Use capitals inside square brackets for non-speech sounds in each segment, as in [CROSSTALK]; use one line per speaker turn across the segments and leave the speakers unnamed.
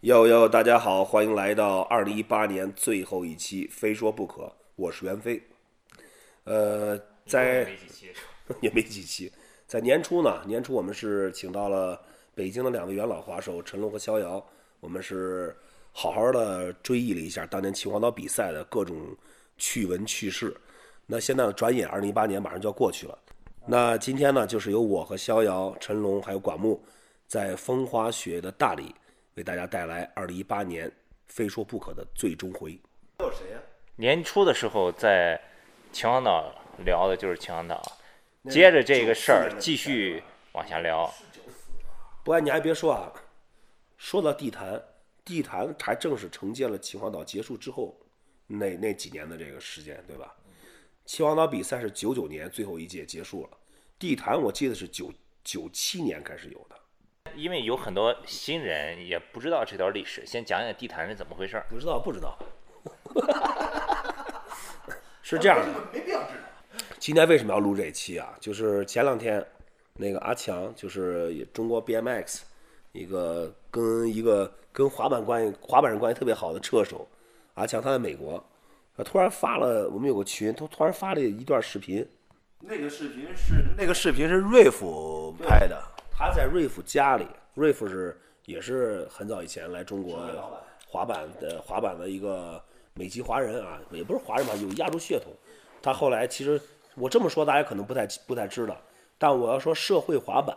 哟哟，大家好，欢迎来到二零一八年最后一期《非说不可》，我是袁飞。呃，在
没几期，
[LAUGHS] 也没几期，在年初呢，年初我们是请到了北京的两位元老滑手陈龙和逍遥，我们是好好的追忆了一下当年秦皇岛比赛的各种趣闻趣事。那现在转眼二零一八年马上就要过去了，那今天呢，就是由我和逍遥、陈龙还有管木，在风花雪月的大理为大家带来二零一八年非说不可的最终回。
年初的时候在秦皇岛聊的就是秦皇岛，接着这个事儿继续往下聊。
不过你还别说啊，说到地坛，地坛还正是承接了秦皇岛结束之后那那几年的这个时间，对吧？秦皇岛比赛是九九年最后一届结束了，地坛我记得是九九七年开始有的，
因为有很多新人也不知道这段历史，先讲讲地坛是怎么回事儿。
不知道不知道， [LAUGHS] 是这样的。
没必要知道。
今天为什么要录这一期啊？就是前两天，那个阿强，就是也中国 BMX 一个跟一个跟滑板关系滑板人关系特别好的车手，阿强他在美国，他突然发了我们有个群，他突然发了一段视频，
那个视频是那个视频是瑞夫拍的，
他在瑞夫家里，瑞夫是也是很早以前来中国滑板的滑板的一个美籍华人啊，也不是华人吧，有亚洲血统。他后来其实我这么说大家可能不太不太知道，但我要说社会滑板，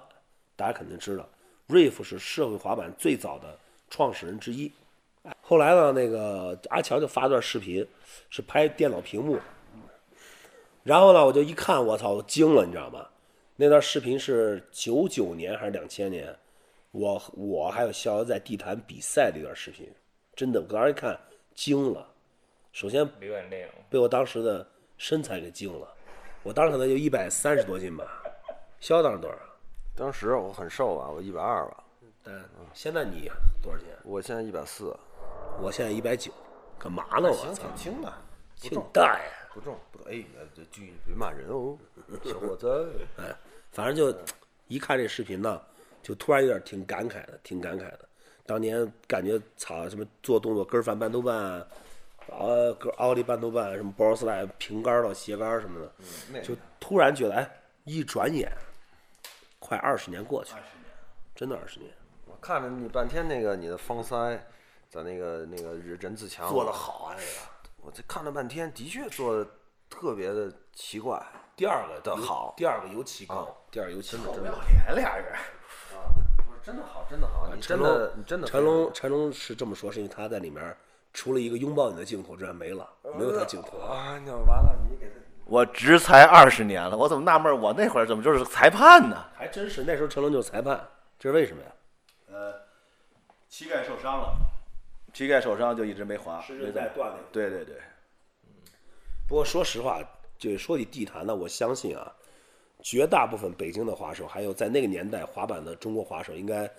大家肯定知道，瑞夫是社会滑板最早的创始人之一。后来呢，那个阿强就发段视频，是拍电脑屏幕，然后呢，我就一看，我操，我惊了，你知道吗？那段视频是九九年还是两千年？我我还有逍遥在地坛比赛的一段视频，真的，我当时一看惊了。首先
流眼泪了，
被我当时的身材给惊了，我当时可能就一百三十多斤吧，逍遥当时多少？
当时我很瘦啊，我一百二吧，
但嗯现在你多少斤？
我现在一百四，
我现在一百九，干嘛呢？我操！
轻的，
去你大爷！
不重不重。哎，你这句别骂人哦，小伙子。
哎，反正就一看这视频呢，就突然有点挺感慨的，挺感慨的。当年感觉操什么做动作跟儿翻半啊头半，呃，跟奥利半头半，什么 boss line 平杆儿到斜杆儿什么的，就突然觉得哎，一转眼快二十年过去了，真的二十年，
我看了你半天那个你的方腮，在那个那个任自强
做的，好啊这个。
我这看了半天，的确做的特别的奇怪。
第二个
的
尤
好
第二个尤其高，第二个尤其高。
脸俩人。
不是真的好，真的好，你真的你真的
成龙，成龙是这么说，是因为他在里面除了一个拥抱你的镜头之外没了，没有他镜头。
啊！你完了，你给他
我职才二十年了，我怎么纳闷儿？我那会儿怎么就是裁判呢？
还真是，那时候成龙就是裁判，这是为什么呀？
膝盖受伤了，膝盖受伤就一直没滑，没怎么
锻炼。
对对对，
不过说实话，就说起地坛呢，我相信啊，绝大部分北京的滑手，还有在那个年代滑板的中国滑手，应该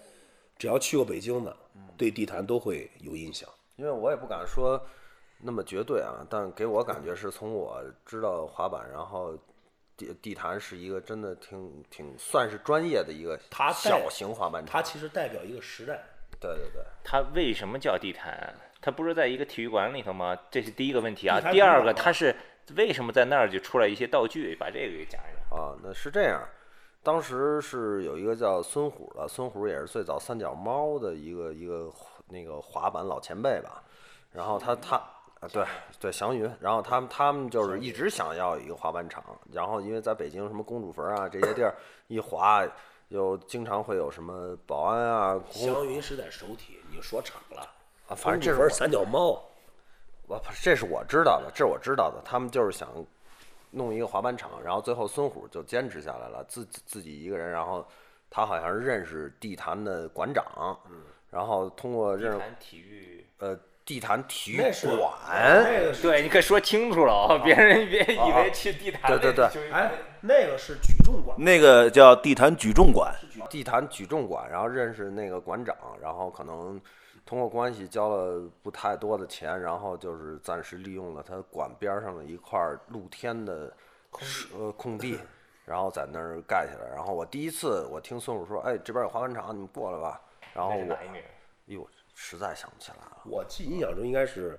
只要去过北京的，对地坛都会有印象。
因为我也不敢说那么绝对啊，但给我感觉是从我知道滑板，然后地地坛是一个真的挺挺算是专业的一个
它带
小型滑板
它
场，
其实代表一个时代，
对对对，
它为什么叫地坛？它不是在一个体育馆里头吗？这是第一个问题啊
地。坛
第二
不是
个，
吗
它是为什么在那儿就出来一些道具？把这个给讲一讲。
啊，那是这样。当时是有一个叫孙虎的，孙虎也是最早三脚猫的一个一个那个滑板老前辈吧。然后他他啊，对对，祥云。然后他们他们就是一直想要一个滑板场，然后因为在北京什么公主坟啊这些地儿一滑，又经常会有什么保安啊，公
祥云是在首体，你就说岔了。
啊，反正这是
是
我
三脚猫，
我不是这是我知道的，这是我知道的。他们就是想弄一个滑板场，然后最后孙虎就坚持下来了，自己自己一个人。然后他好像是认识地坛的馆长，嗯然后通过认识
谈体育。
呃地坛体育
那是
馆，
那个是
对，你可说清楚了哦，别人别以为去地坛
对
那
对
个
对
就。
哎，那个是举重馆。
那个叫地坛举重馆，
地坛举重馆，然后认识那个馆长，然后可能通过关系交了不太多的钱，然后就是暂时利用了他馆边儿上的一块儿露天的是呃空
[LAUGHS]
地，然后在那儿盖起来。然后我第一次我听孙武说，哎，这边有滑板场，你们过来吧。然后
那是
我
哪一年？
哎呦，实在想不起来了。
我记印象中应该是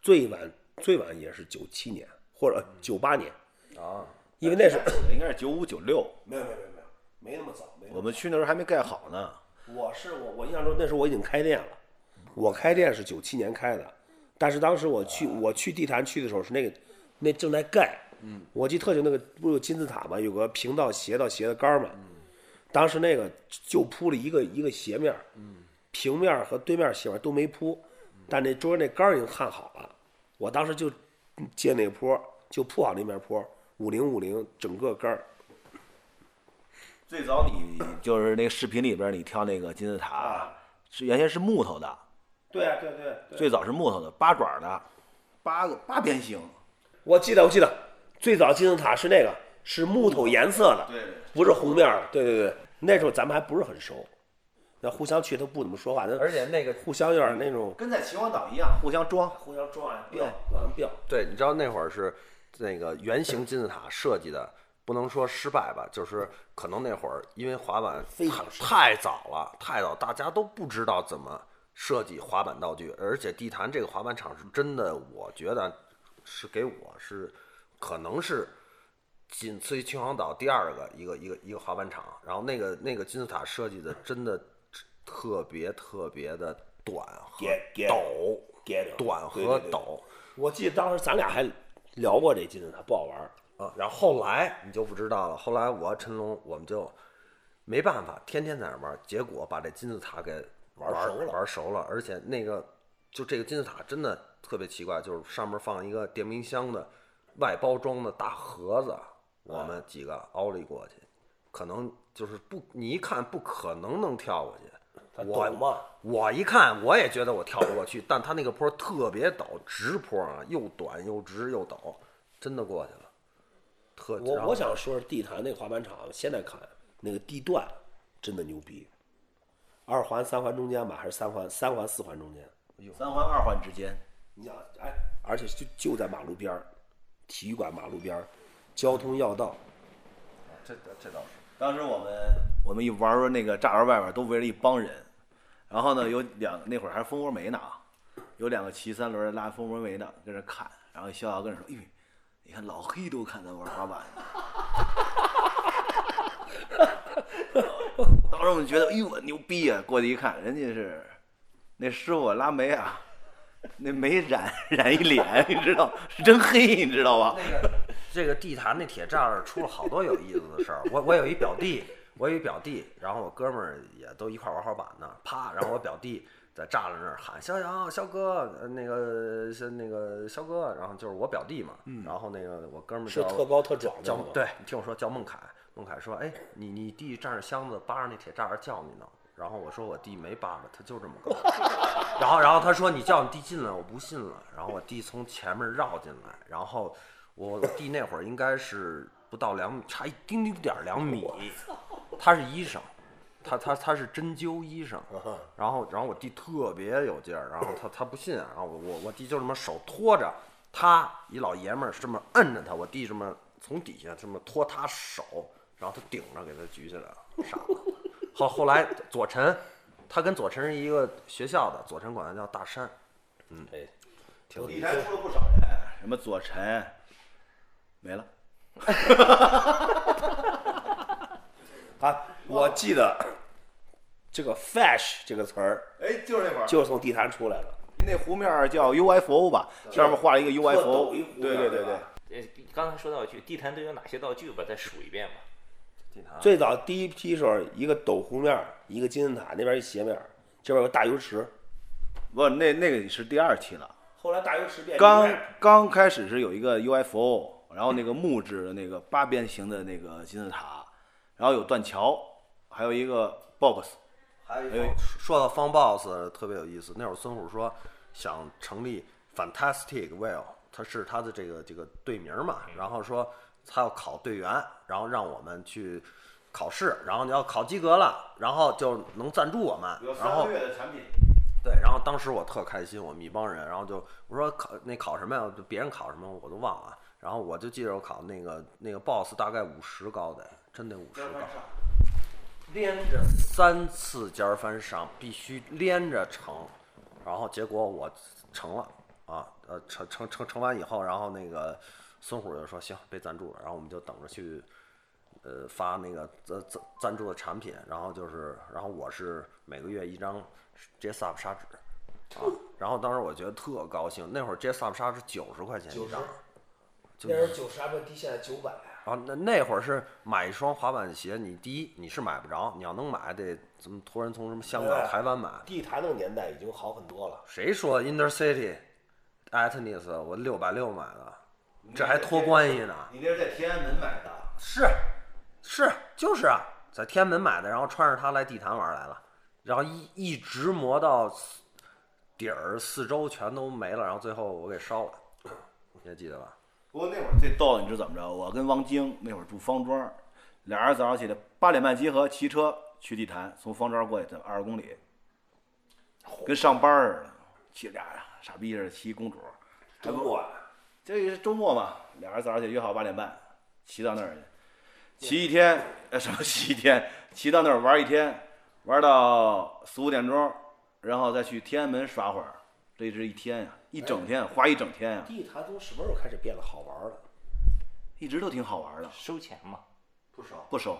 最晚最晚也是九七年或者九八年啊，因为那是
应该是九五九六，
没有没有没有没有没那么早，没那么
我们去那时候还没盖好呢。
我是我我印象中那时候我已经开店了，我开店是九七年开的，但是当时我去我去地坛去的时候是那个那正在盖，嗯，我记得特清那个不有金字塔嘛，有个平到斜到斜的杆儿嘛，当时那个就铺了一个一个斜面，嗯，平面儿和对面斜面儿都没铺，但那中间那杆儿已经焊好了，我当时就借那个坡儿就铺好那面坡五零五零整个杆儿，
最早你 [CLEARS THROAT] 啊就是那个视频里边你跳那个金字塔，是原先是木头的，
对啊对对对，
最早是木头的，八爪的，八个八边形，
我记得，我记得，最早金字塔是那个是木头颜色的，
对
不是红面儿的，对对对。那时候咱们还不是很熟，那互相去他不怎么说话，那
而且那个
互相有点那种
跟在秦皇岛一样，互相装。啊
互相撞呀，飙，老能飙。
对，你知道那会儿是那个圆形金字塔设计的，不能说失败吧，就是可能那会儿因为滑板
非常失败
太太早了，太早，大家都不知道怎么设计滑板道具，而且地坛这个滑板场是真的，我觉得是给我是可能是。仅次于秦皇岛第二个一个一个一个滑板场，然后那个那个金字塔设计的真的特别特别的短和
Get- get-
陡，
get-
短
对
和
对对
陡，
我记得当时咱俩还聊过这金字塔不好玩儿，
啊，然后后来你就不知道了。后来我陈龙我们就没办法，天天在那玩儿，结果把这金字塔给玩
玩熟了
玩熟了。而且那个就这个金字塔真的特别奇怪，就是上面放一个电冰箱的外包装的大盒子，
啊
我们几个奥利过去，可能就是不你一看不可能能跳过去。
它
我
陡嘛，
我一看，我也觉得我跳不过去，但他那个坡特别陡，直坡啊，又短又直又陡，真的过去了。特
我
然
我
后
想说，地坛那个滑板场，现在看那个地段真的牛逼，二环、三环中间吧，还是三环、三环、四环中间。
三环二环之间，
你想，哎，而且就就在马路边儿，体育馆马路边儿，交通要道，
这这倒是
当时我们我们一玩儿那个栅栏外边儿都围了一帮人，然后呢有两那会儿还是蜂窝煤呢啊，有两个骑三轮儿拉蜂窝煤的跟那看，然后逍遥跟那说：“哎呦，你看老黑都看咱玩滑板。”当时我们觉得：“哎呦，我牛逼啊！”过去一看，人家是那师傅拉煤啊，那煤染染一脸，你知道，是真黑，你知道吧？
这个地坛那铁栅栏出了好多有意思的事儿。我我有一表弟，我有一表弟，然后我哥们儿也都一块儿玩滑板呢，啪，然后我表弟在栅栏那儿喊逍遥、肖哥，呃那个是那个肖哥，然后就是我表弟嘛，然后那个我哥们儿
是
叫
特高特壮的
叫
吗
对你听我说叫孟凯，孟凯说，哎，你你弟站着箱子扒着那铁栅栏叫你呢。然后我说我弟没扒着，他就这么高。然后然后他说你叫你弟进来，我不信了。然后我弟从前面绕进来，然后我我弟那会儿应该是不到两米，差一丁丁点儿两米，他是医生。他他他是针灸医生，然后然后我弟特别有劲儿，然后他他不信啊，然后我我我弟就这么手托着他一老爷们儿这么摁着他，我弟这么从底下这么托他手，然后他顶着给他举起来了，傻了。后后来左晨，他跟左晨是一个学校的，左晨管他叫大山，
哎，挺
地
厉
坛
害。
出了不少人，什么左晨，没了。
啊，我记得这个 “fash” 这个词儿
哎，就是那会儿，
就是从地坛出来的。
那湖面儿叫 UFO 吧，上面画了一个
特陡
UFO，
一湖面
对
儿
对对
对
对
吧，
呃，刚才说道具，地坛都有哪些道具吧？再数一遍吧。
地坛
最早第一批时候，一个陡湖面儿，一个金字塔，那边一斜面儿，这边有个大油池。
不，那那个是第二期了，
后来大油池变
刚刚开始是有一个 UFO，然后那个木质的那个八边形的那个金字塔，然后有断桥，还有一个 box，
还有说到方 boss 特别有意思，那会儿孙虎说想成立 Fantastic Will，他是他的这个这个队名嘛，然后说他要考队员，然后让我们去考试，然后你要考及格了，然后就能赞助我们，然后
月的产品，
对，然后当时我特开心，我们一帮人，然后就我说考那考什么呀？就别人考什么我都忘了，然后我就记着我考那个那个 boss 大概五十高的，真得五十高。连着三次尖儿翻上，必须连着成，然后结果我成了啊，呃，成成成成完以后，然后那个孙虎就说行，被赞助了，然后我们就等着去。呃，发呃那个赞赞赞助的产品，然后就是，然后我是每个月一张 JSUP 砂纸，啊，然后当时我觉得特高兴，那会儿 JSUP 砂纸九十块钱一张，
那时候九十还不低，现在九百。
啊，那那会儿是买一双滑板鞋，你第一你是买不着，你要能买得怎么托人从什么香港、
对
台湾买。
地坛那个年代已经好很多了，
谁说 Intercity、Atnis 我六百六买的，这还托关系呢？
你那是在天安门买的？
是，是，就是啊，在天安门买的，然后穿着它来地坛玩来了，然后一一直磨到底儿，四周全都没了，然后最后我给烧了，你还记得吧？
不过那会儿最逗的，你知道怎么着？我跟王晶那会儿住方庄，俩人早上起来八点半集合，骑车去地坛，从方庄过去二十公里，跟上班似的，骑俩傻逼似的骑公主，
周末啊
这也是周末嘛，俩人早上起来约好八点半，骑到那儿去，骑一天，呃，什么骑一天，骑到那儿玩一天，玩到四五点钟，然后再去天安门耍会儿，这是一天呀、一整天，花一整天呀、
地坛从什么时候开始变得好玩了？
一直都挺好玩的，
收钱嘛，
不少，
不收。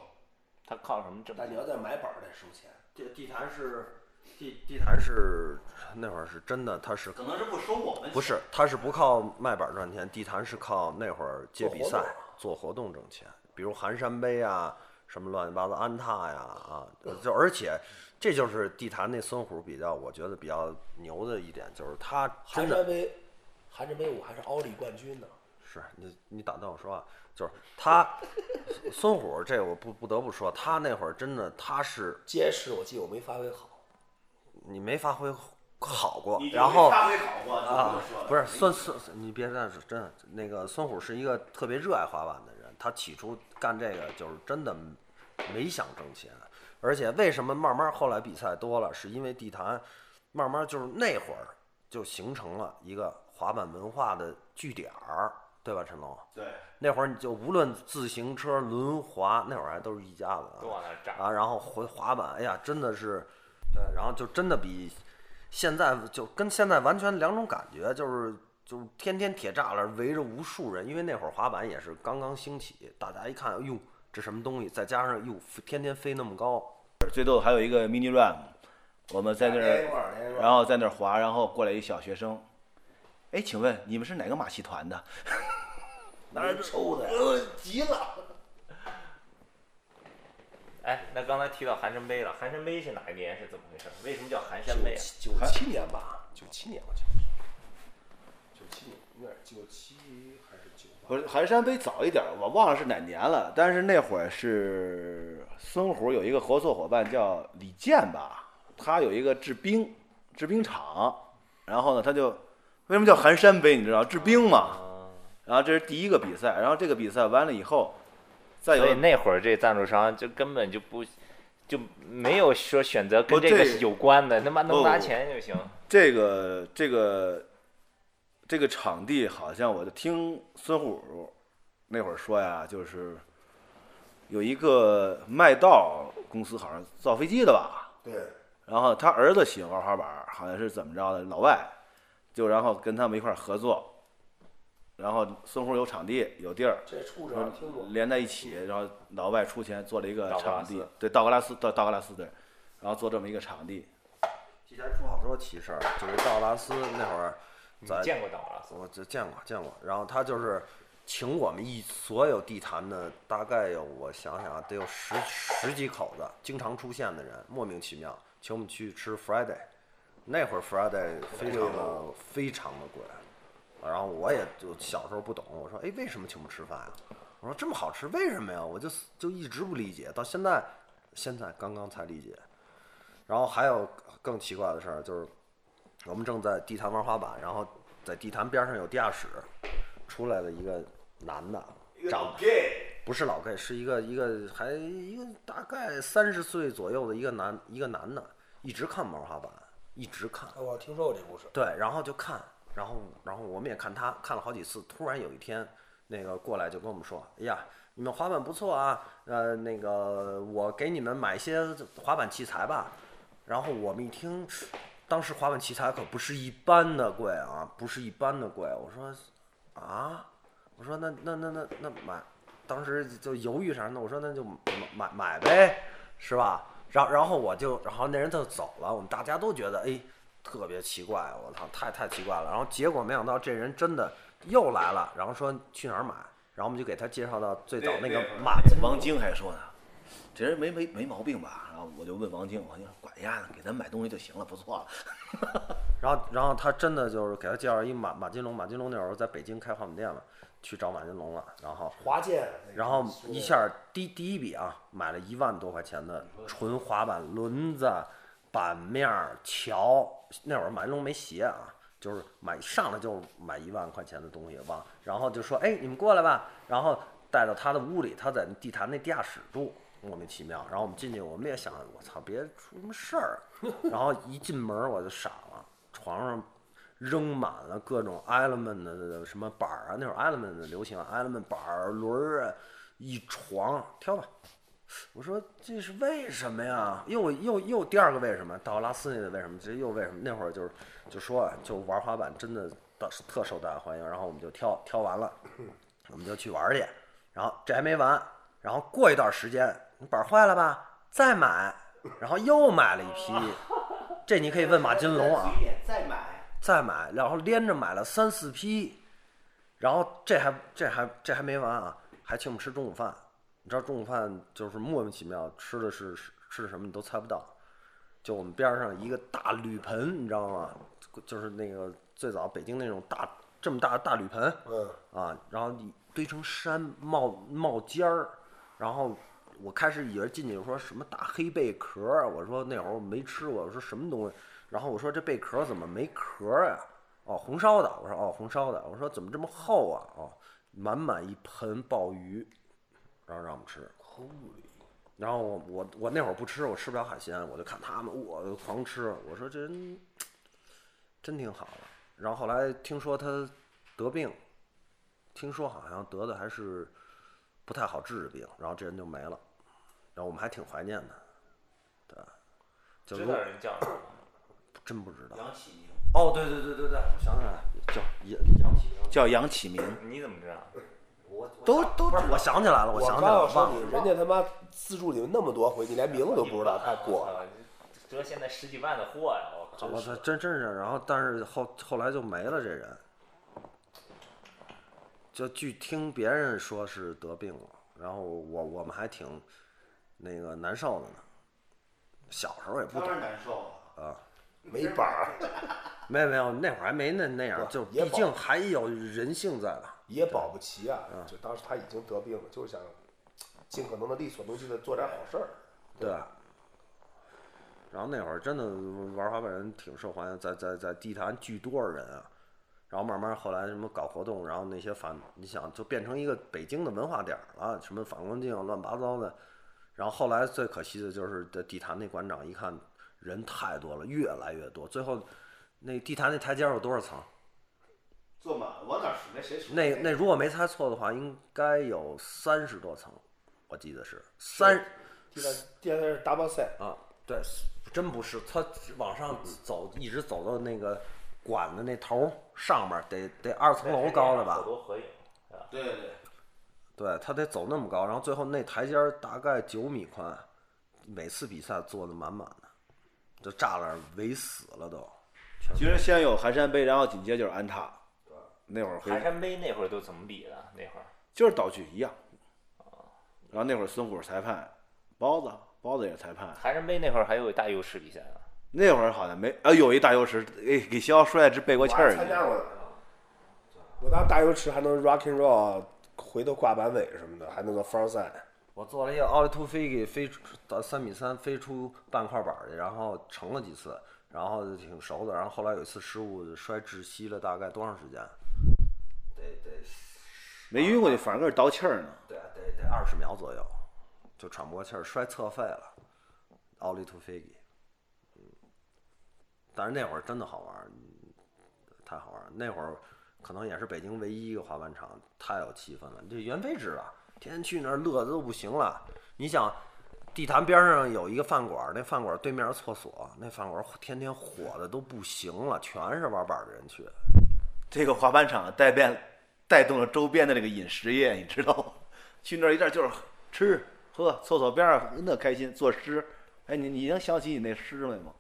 他靠什么挣
但你
钱？
要再买板儿得收钱。
地地坛是地地坛是那会儿是真的，它是
可能是不收我们
不是，他是不靠卖板赚钱，地坛是靠那会儿接比赛做活动啊挣钱，比如寒山杯啊，什么乱七八糟安踏呀啊，呃就而且这就是地坛那孙虎比较，我觉得比较牛的一点就是他
寒
真的
山杯，寒山杯我还是奥利冠军呢。
是你你打断我说啊，就是他孙虎这我不不得不说，他那会儿真的他是
结实，我记得我没发挥好。
你没发挥好过，然后。
咖啡烤过
啊，不是孙孙，你别这样说，真的，那个孙虎是一个特别热爱滑板的人，他起初干这个就是真的没想挣钱，而且为什么慢慢后来比赛多了，是因为地坛慢慢就是那会儿就形成了一个滑板文化的据点儿，对吧，陈龙？
对，
那会儿你就无论自行车、轮滑，那会儿还都是一家子啊，
都往那儿扎
啊，然后滑滑板，哎呀，真的是，对，然后就真的比现在就跟现在完全两种感觉，就是就是天天铁栅栏围着无数人，因为那会儿滑板也是刚刚兴起，大家一看，哎呦，这什么东西？再加上哟，天天飞那么高，
最逗还有一个 mini ramp，我们在那
连一块哎儿
儿
连一块，儿
然后在那儿滑，然后过来一小学生，哎，请问你们是哪个马戏团的？
当然抽的，呃，急了。
哎，那刚才提到寒山杯了，寒山杯是哪一年？是怎么回事？为什么叫寒山杯啊？
九七年吧，九七年好像是。九七年，有点九七还是九八？
不是寒山杯早一点，我忘了是哪年了，但是那会儿是孙虎有一个合作伙伴叫李健吧，他有一个制冰制冰厂，然后呢，他就为什么叫寒山杯？你知道制冰嘛？
嗯，
然后这是第一个比赛，然后这个比赛完了以后，再有
所以那会儿这赞助商就根本就不就没有说选择跟
不
这个
这
有关的，他妈
不
能拿钱就行。
这个这个这个场地，好像我就听孙虎那会儿说呀，就是有一个麦道公司，好像造飞机的吧。
对，
然后他儿子喜欢玩滑板儿，好像是怎么着的，老外就然后跟他们一块儿合作，然后孙虎有场地有地儿，
这畜生啊听过。
连在一起，然后老外出钱做了一个
道格拉
场
斯
地，对，道格拉斯，道道格拉斯对，然后做这么一个场地，
提前出好多奇事儿，就是道格拉斯那会儿，
你
咱
见过道格拉斯？
我就见过见过，然后他就是请我们一所有地坛的，大概有我想想啊，得有十十几口子，经常出现的人，莫名其妙，请我们去吃 Friday，那会儿 Friday 非常的非常的贵，然后我也就小时候不懂，我说哎为什么请我们吃饭呀、我说这么好吃为什么呀？我就就一直不理解，到现在现在刚刚才理解。然后还有更奇怪的事儿，就是我们正在地坛玩滑板，然后在地坛边上有地下室，出来了一个男的，长不是老 gay，是一个一个还一个大概三十岁左右的一个男一个男的，一直看玩滑板，一直看，
哎我听说过这故事。
对，然后就看，然后然后我们也看他看了好几次，突然有一天那个过来就跟我们说，哎呀，你们滑板不错啊，呃，那个我给你们买些滑板器材吧。然后我们一听，当时滑板器材可不是一般的贵啊，不是一般的贵。我说，啊，我说那那那那那买，当时就犹豫啥呢？我说那就买买买呗，是吧？然然后我就，然后那人就走了，我们大家都觉得，哎，特别奇怪，我操，太太奇怪了。然后结果没想到这人真的又来了，然后说去哪儿买，然后我们就给他介绍到最早那个马
王晶还说呢，这人没没没毛病吧？然后我就问王晶，王晶说管家呢，给咱买东西就行了，不错了。
然后，然后他真的就是给他介绍一马马金龙，马金龙那会儿在北京开化妆店了，去找马金龙了，然后
华健，
然后一下儿第第一笔啊，买了一万多块钱的纯滑板轮子、板面儿、桥。那会儿马金龙没鞋啊，就是买上来就买一万块钱的东西吧，然后就说：“哎，你们过来吧。”然后带到他的屋里，他在地坛那地下室住，莫名其妙。然后我们进去，我们也想，我操，别出什么事儿。啊然后一进门儿我就傻了，床上扔满了各种 element 的什么板儿啊，那会儿 element 的流行啊，element 板儿、轮儿啊，一床挑吧。我说这是为什么呀？又又又第二个为什么？到拉斯那个为什么？这又为什么？那会儿就是就说啊，就玩滑板真的大特受大家欢迎，然后我们就挑挑完了，我们就去玩儿去。然后这还没完，然后过一段时间你板儿坏了吧，再买，然后又买了一批。这你可以问马金龙啊。
再买，
再买，然后连着买了三四批，然后这还这还这还没完啊，还请我们吃中午饭。你知道中午饭就是莫名其妙吃的是吃的什么你都猜不到，就我们边上一个大铝盆，你知道吗？就是那个最早北京那种大这么大的大铝盆，
嗯，
啊，然后你堆成山冒冒尖儿，然后我开始以为进去说什么大黑贝壳儿，我说那会儿我没吃过，我说什么东西，然后我说这贝壳儿怎么没壳儿呀、哦，红烧的，我说哦红烧的，我说怎么这么厚啊？哦，满满一盆鲍鱼，然后让我们吃。然后我我我那会儿不吃，我吃不了海鲜，我就看他们，我就狂吃。我说这人真挺好的。然后后来听说他得病，听说好像得的还是不太好治的病，然后这人就没了。然后我们还挺怀念的，对，就
知
如
道人叫什么吗？
真不知道。
杨启明
哦，对对对对对，我想起来了，叫杨杨启明。
叫杨启明，
你怎么知道？
都都，我想起来了，我
我刚
想起来了，
要
忘
说
了。
你，人家他妈资助你们那么多回，你连名字都不知道，太过了。
了。啊折现在十几万的货呀！我靠！
我操，真真是，然后但是后后来就没了这人，就据听别人说是得病了，然后我我们还挺那个难受的呢。小时候也不懂，
难受啊。
没板
嗯
儿，
没有没有，那会儿还没那那样，
不
就
也
毕
保
竟还有人性在吧。
也保不齐啊。
嗯
就当时他已经得病了，就是想尽可能的力所能及的做点好事儿。
对。然后那会儿真的玩滑板人挺受欢迎，在在在地坛聚多少人啊！然后慢慢后来什么搞活动，然后那些反你想就变成一个北京的文化点儿了，什么反光镜啊乱七八糟的。然后后来最可惜的就是在地坛那馆长一看人太多了，越来越多，最后那地坛那台阶儿有多少层？
坐满往哪数？那谁数
那那如果没猜错的话，应该有三十多层，我记得是三。
第三第三是打包赛，
啊，对，真不是，他往上走，一直走到那个管的那头儿上面儿，得得二层楼高了
好
吧？
多合影。
对对对，
对他得走那么高，然后最后那台阶儿大概九米宽，每次比赛坐的满满的，就栅栏围死了都。
其实先有寒山杯，然后紧接着就是安踏，那会儿回
寒山杯那会儿都怎么比的？那会儿
就是道具一样。然后那会儿孙虎是裁判，包子包子也是裁判，
寒山杯那会儿还有大优势啊比赛呢。
那会儿好像没啊，有一大优势，哎，给肖摔直背过
我
气儿
参
去。
加过的。
啊
我当大油池还能 rock and roll，回头挂板尾什么的，还能个 front side。
我做了一个奥利突飞给飞出到三米三飞出半块板儿去，然后成了几次，然后就挺熟的，然后后来有一次失误摔窒息了，大概多长时间？得得
没晕过去，反而搁这倒气儿呢。
对啊，得得二十秒左右，就喘不过气儿，摔侧肺了，奥利图菲给。嗯，但是那会儿真的好玩儿，嗯太好玩儿。那会儿可能也是北京唯一一个滑板场，太有气氛了。这原飞知道，啊天天去那儿乐的都不行了。你想，地坛边上有一个饭馆，那饭馆对面是厕所，那饭馆天天火的都不行了，全是玩板的人去。
这个滑板场带变带动了周边的这个饮食业，你知道吗？ [LAUGHS] 去那儿一阵儿就是吃喝，厕所边儿那开心，作诗。哎，你你能想起你那诗来吗？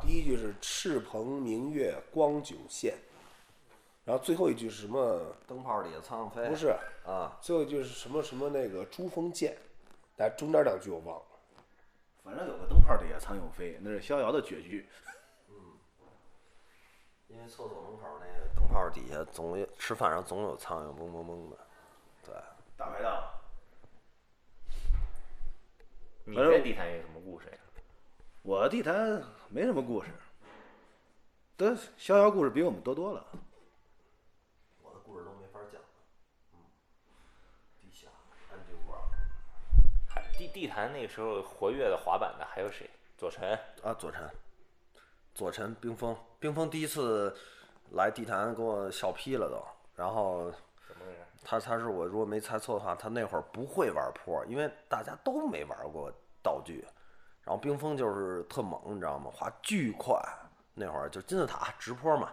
第一句是“赤鹏明月光九现”，然后最后一句是什么？
灯泡底下苍蝇飞，
不是，
啊，
最后一句是什么什么那个珠峰见，但中间两句我忘了。
反正有个灯泡底下苍蝇飞，那是逍遥的绝句。
因为厕所门口那个灯泡底下总有吃饭上总有苍蝇嗡嗡嗡的。对，
大排档，
你
反正
在地坛有什么故事呀？
我地坛没什么故事，但逍遥故事比我们多多了。
我的故事都没法讲了。嗯，地下安迪沃
还地地坛那个时候活跃的滑板的还有谁？左晨，
啊，左晨，左晨，冰峰，冰峰第一次来地坛给我笑劈了都。然后
怎么回事？
他他是我如果没猜错的话，他那会儿不会玩坡，因为大家都没玩过道具。然后冰封就是特猛，你知道吗？滑巨快，那会儿就金字塔直坡嘛，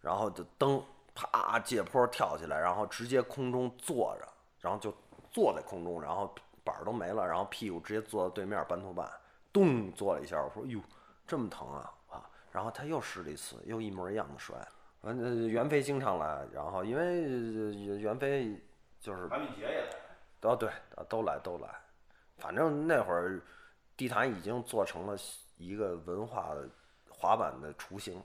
然后就蹬，啪借坡跳起来，然后直接空中坐着，然后就坐在空中，然后板儿都没了，然后屁股直接坐到对面半途半，咚坐了一下，我说哟这么疼啊啊！然后他又试了一次，又一模一样的摔。完，呃袁飞经常来，然后因为呃袁飞就是
韩敏杰也来，
哦，对，啊都来都来，反正那会儿地坛已经做成了一个文化滑板的雏形，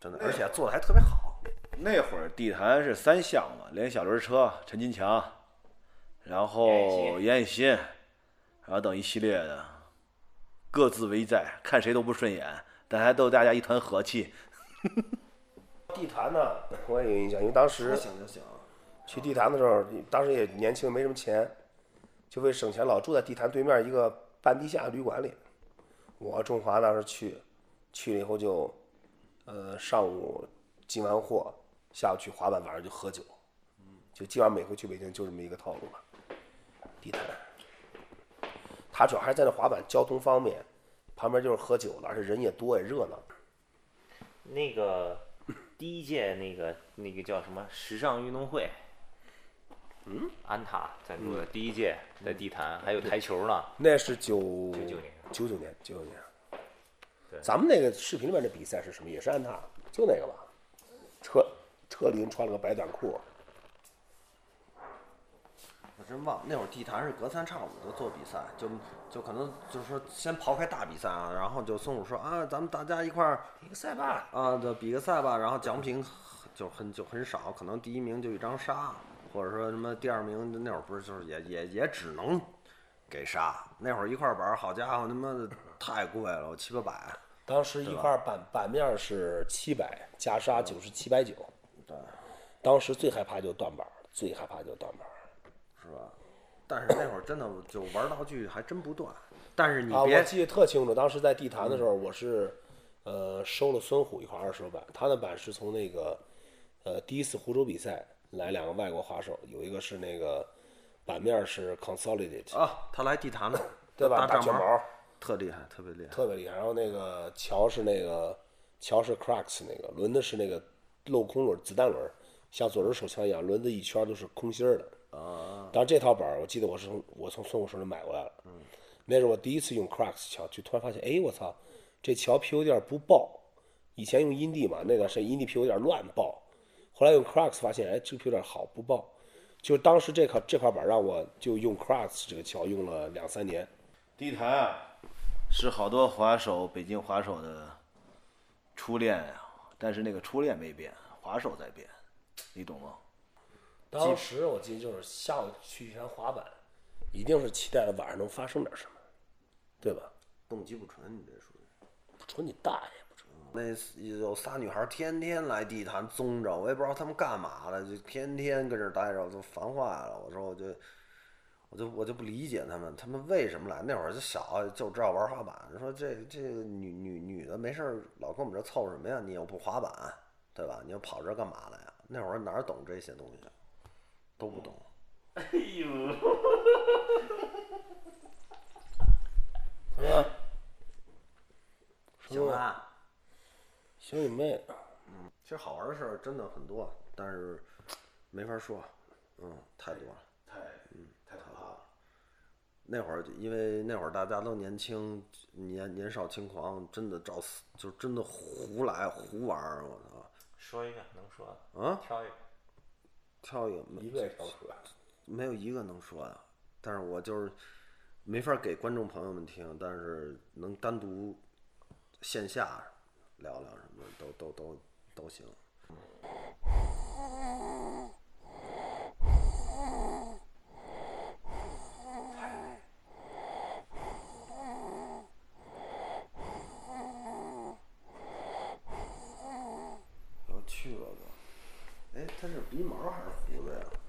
真的，而且做的还特别好。
那会儿地坛是三项嘛，连小轮车、陈金强，然后严以欣，然后等一系列的，各自为在，看谁都不顺眼，但还都大家一团和气。
地坛呢，我也有印象，因为当时
想就行，
去地坛的时候，当时也年轻，没什么钱，就为省钱，老住在地坛对面一个半地下旅馆里。我中华当时去，去了以后就，呃，上午进完货，下午去滑板，晚上就喝酒，就基本上每回去北京就这么一个套路吧。地坛，他主要还是在那滑板交通方面，旁边就是喝酒了，而且人也多也热闹。
那个第一届那个那个叫什么时尚运动会，嗯，安踏赞助的第一届在地坛，还有台球呢，
那是九
99年
九九年，九九年。
对
咱们那个视频里面的比赛是什么？也是安踏，就那个吧。车车林穿了个白短裤，
我真忘了那会儿地坛是隔三差五的做比赛，就就可能就是说先刨开大比赛啊，然后就松鼠说啊，咱们大家一块儿
比个赛吧。
啊，就比个赛吧，然后奖品很就很就很少，可能第一名就一张沙，或者说什么第二名那会儿不是就是也也也只能给沙。那会儿一块板儿，好家伙，他妈的太贵了，我七八百。
当时一块板板面是七百，加沙九是七百九。
对，
当时最害怕就是断板，最害怕就是断板。
是吧？但是那会儿真的就玩道具还真不断，但是你
啊，
别、
我记得特清楚，当时在地坛的时候，我是呃收了孙虎一块二手板，他的板是从那个呃第一次湖州比赛来两个外国滑手，有一个是那个板面是 Consolidate，、
啊，他来地坛了，
对吧？
大
卷
帐
毛
毛
儿
特厉害，特别厉害。
特别厉害，然后那个乔是那个乔是 Crux 那个轮子是那个镂空轮子弹轮，像左轮手枪一样，轮子一圈都是空心儿的。
啊，
当时这套板儿，我记得我是从我从孙悟手里买过来了。那是我第一次用 Crux 桥，就突然发现，哎，我操，这桥 PU 垫不爆。以前用阴地嘛，那个是阴地 PU 垫乱爆，后来用 Crux 发现，哎，这个 PU 垫好不爆。就当时这块这块板儿让我就用 Crux 这个桥用了两三年。
地坛啊，是好多滑手，北京滑手的初恋呀、但是那个初恋没变，滑手在变，你懂吗？
当时我记得就是下午去一山滑板，一定是期待着晚上能发生点什么，对吧？
动机不纯，你这属于。啊
不纯你大爷，不纯。
那有仨女孩天天来地坛宗着，我也不知道她们干嘛的，就天天跟这儿待着，我都烦坏了。我说我就，我就我就不理解她们，她们为什么来？那会儿就小，啊就知道玩滑板。说这这个女女女的没事儿老跟我们这凑什么呀？你又不滑板，啊对吧？你又跑这儿干嘛来呀？那会儿哪儿懂这些东西，都不懂。
哎呦，
行吧。
啊
行你妹！
其实好玩的事儿真的很多，但是没法说，嗯，太多了。
太太可怕了。
那会儿就因为那会儿大家都年轻，年年少轻狂，真的找死就真的胡来胡玩儿，我操！
说一个能说的，
啊，
挑一个。
跳一个没
个也挑出来。
没有一个能说的，但是我就是没法给观众朋友们听，但是能单独线下聊聊什么的都都都都行。然后去了吧？哎，它是鼻毛还是胡子呀？